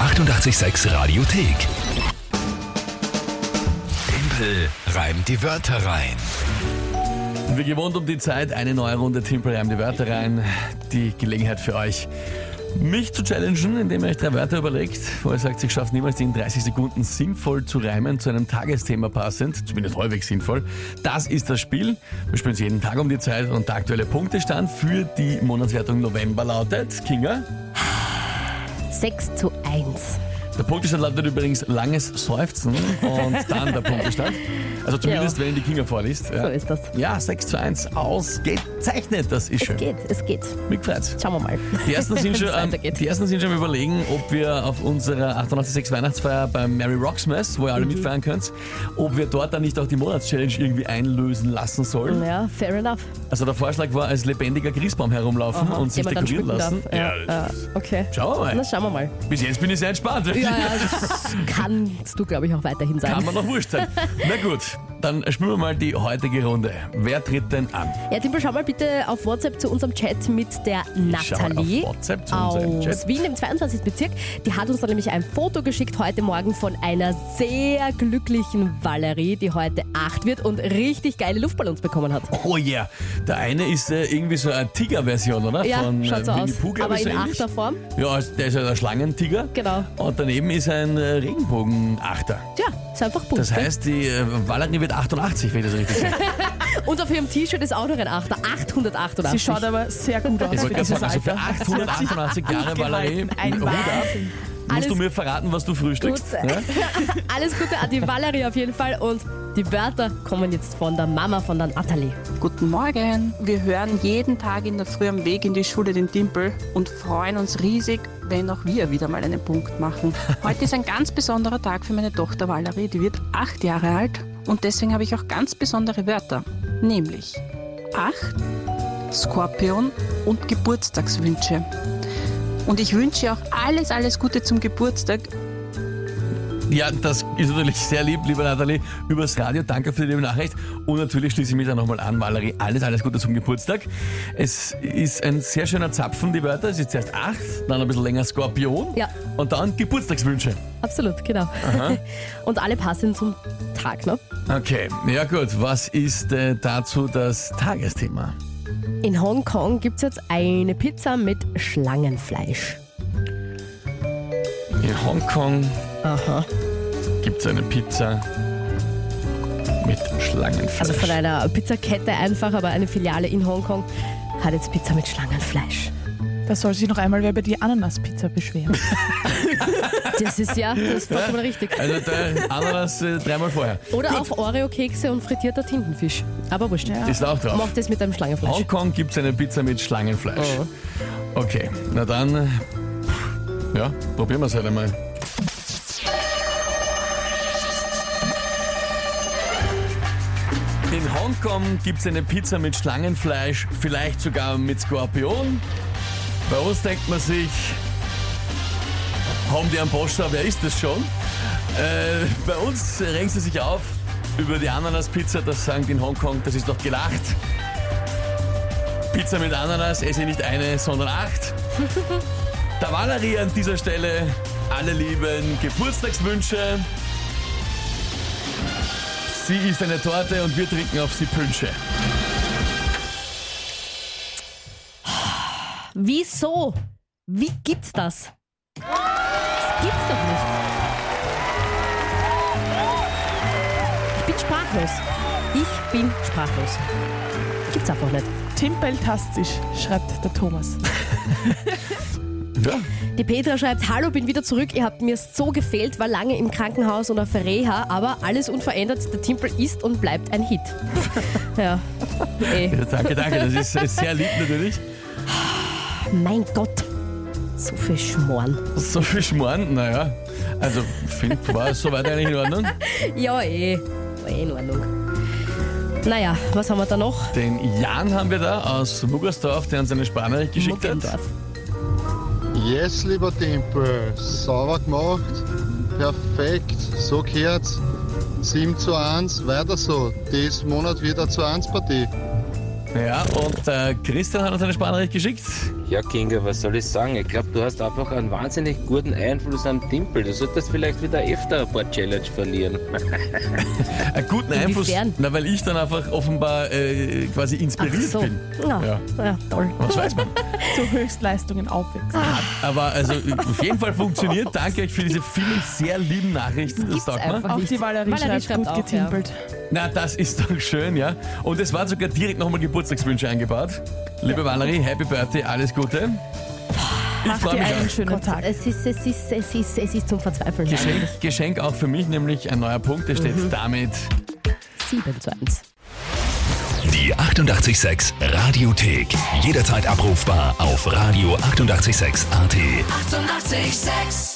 886 Radiothek. Tempel reimt die Wörter rein. Wie gewohnt um die Zeit, eine neue Runde Timpel reimt die Wörter rein. Die Gelegenheit für euch, mich zu challengen, indem ihr euch drei Wörter überlegt, wo ihr sagt, ich schaffe es niemals, die in 30 Sekunden sinnvoll zu reimen, zu einem Tagesthema passend, zumindest häufig sinnvoll. Das ist das Spiel. Wir spielen es jeden Tag um die Zeit und der aktuelle Punktestand für die Monatswertung November lautet, Kinga, 6 zu 1. Der Punktestand lautet übrigens langes Seufzen und dann der Punktestand. Also zumindest, wenn die Kinga vorliest. Ja. So ist das. Ja, 6 zu 1 ausgezeichnet, das ist schön. Es geht, es geht. Mich freut's. Schauen wir mal. Die ersten, sind schon, Wenn's ähm, weitergeht. die ersten sind schon am überlegen, ob wir auf unserer 886 Weihnachtsfeier beim Mary Rocksmith, wo ihr Mhm. alle mitfeiern könnt, ob wir dort dann nicht auch die Monatschallenge irgendwie einlösen lassen sollen. Ja, fair enough. Also der Vorschlag war, als lebendiger Christbaum herumlaufen Aha, und sich den man dann dekorieren lassen. schmücken darf. Ja, äh, okay. Schauen wir Na, mal. schauen wir mal. Bis jetzt bin ich sehr entspannt. Ja, ja, das kannst du, glaube ich, auch weiterhin sein. Kann man noch wurscht sein. Na gut, dann spüren wir mal die heutige Runde. Wer tritt denn an? Ja, Timpel, schau mal bitte auf WhatsApp zu unserem Chat mit der schau mal auf Nathalie WhatsApp zu unserem aus Chat. Wien im 22. Bezirk. Die hat uns dann nämlich ein Foto geschickt heute Morgen von einer sehr glücklichen Valerie, die heute 8 wird und richtig geile Luftballons bekommen hat. Oh yeah, der eine ist äh, irgendwie so eine Tiger-Version, oder? Ja, Von äh, schaut so Winnie aus. Pooh, glaub Aber ich, so in ähnlich. Achterform. Ja, also der ist ja der Schlangentiger. Genau. Und daneben ist ein äh, Regenbogenachter. Tja, ist einfach bunt. Das heißt, die äh, Valerie wird 88, wenn ich das richtig sehe. Und auf ihrem T-Shirt ist auch noch ein Achter. 888. Sie schaut aber sehr gut Ich aus für wollte gerade dieses sagen, also für Alter. 888 Jahre Valerie, Gehalten, Hut ein ab. Wahnsinn. Musst du Alles- mir verraten, was du frühstückst? ne? Gut. Ja? Alles Gute an die Valerie auf jeden Fall. Und die Wörter kommen jetzt von der Mama von der Natalie. Guten Morgen. Wir hören jeden Tag in der Früh am Weg in die Schule den Dimpel und freuen uns riesig, wenn auch wir wieder mal einen Punkt machen. Heute ist ein ganz besonderer Tag für meine Tochter Valerie. Die wird acht Jahre alt und deswegen habe ich auch ganz besondere Wörter. Nämlich acht, Skorpion und Geburtstagswünsche. Und ich wünsche ihr auch alles, alles Gute zum Geburtstag. ja, das ist natürlich sehr lieb, liebe Nathalie, übers Radio. Danke für die liebe Nachricht. Und natürlich schließe ich mich dann nochmal an, Valerie. Alles, alles Gute zum Geburtstag. Es ist ein sehr schöner Zapfen, die Wörter. Es ist zuerst 8, dann ein bisschen länger Skorpion Ja. und dann Geburtstagswünsche. Absolut, genau. Und alle passen zum Tag, ne? Okay, ja gut. Was ist äh, dazu das Tagesthema? In Hongkong gibt es jetzt eine Pizza mit Schlangenfleisch. In Hongkong Aha. gibt es eine Pizza mit Schlangenfleisch. Also von einer Pizzakette einfach, aber eine Filiale in Hongkong hat jetzt Pizza mit Schlangenfleisch. Da soll sich noch einmal wer über die Ananaspizza beschweren. Das ist ja, das ist vollkommen richtig. also der Ananas äh, dreimal vorher. Oder auch Oreo-Kekse und frittierter Tintenfisch. Aber wurscht. Ist da auch drauf. Macht das mit einem Schlangenfleisch. Hongkong gibt es eine Pizza mit Schlangenfleisch. Oh. Okay, na dann, äh, ja, probieren wir es halt einmal. In Hongkong gibt es eine Pizza mit Schlangenfleisch, vielleicht sogar mit Skorpion. Bei uns denkt man sich, haben die einen Poster, wer ist das schon? Äh, bei uns regen sie sich auf über die Ananaspizza, das sagen die in Hongkong, das ist doch gelacht. Pizza mit Ananas esse ich nicht eine, sondern acht. Der Valerie an dieser Stelle alle lieben Geburtstagswünsche. Sie isst eine Torte und wir trinken auf sie Pünsche. Wieso? Wie gibt's das? Das gibt's doch nicht. Ich bin sprachlos. Ich bin sprachlos. Gibt's einfach nicht. Timpeltastisch, schreibt der Thomas. Ja, Die Petra schreibt, hallo, bin wieder zurück. Ihr habt mir so gefehlt, war lange im Krankenhaus und auf Reha, aber alles unverändert. Der Timpel ist und bleibt ein Hit. ja. eh. Ey. danke, danke. Das ist äh, sehr lieb natürlich. Mein Gott. So viel Schmoren. So viel Schmoren, naja. Also, find, war es soweit eigentlich in Ordnung. Ja, eh. War eh in Ordnung. Naja, was haben wir da noch? Den Jan haben wir da aus Muggersdorf, der uns eine Sprachnachricht geschickt hat. Muggendorf. Yes, lieber Tempel, sauber gemacht, perfekt, so gehört's. 7 zu 1, weiter so. Dies Monat wieder zu 1 Partie. Ja, und äh, Christian hat uns eine Sprachnachricht geschickt. Ja, Kinga, was soll ich sagen? Ich glaube, du hast einfach einen wahnsinnig guten Einfluss am Timpel. Du solltest vielleicht wieder öfter ein paar Challenge verlieren. Einen guten Einfluss. Inwiefern? Na, weil ich dann einfach offenbar äh, quasi inspiriert so. bin. Na, Ja. ja. toll. Was weiß man? Zu Höchstleistungen aufwächst. Aber also äh, auf jeden Fall funktioniert. Danke euch für diese vielen sehr lieben Nachrichten. Das Gibt's taugt mir. einfach Auch nicht. die Valerie, Valerie schreibt, gut auch, getimpelt. Na, das ist doch schön, ja. Und es waren sogar direkt nochmal Geburtstagswünsche eingebaut. Liebe Valerie, Happy Birthday, alles Gute. Ich Mach freue dir mich einen auch. schönen Ja. Tag. Es ist, es ist, es ist, es ist zum Verzweifeln. Geschenk, Geschenk auch für mich, nämlich ein neuer Punkt. Der Mhm. steht damit 7 zu 1. Die 886 Radiothek. Jederzeit abrufbar auf radio886.at. 886! 886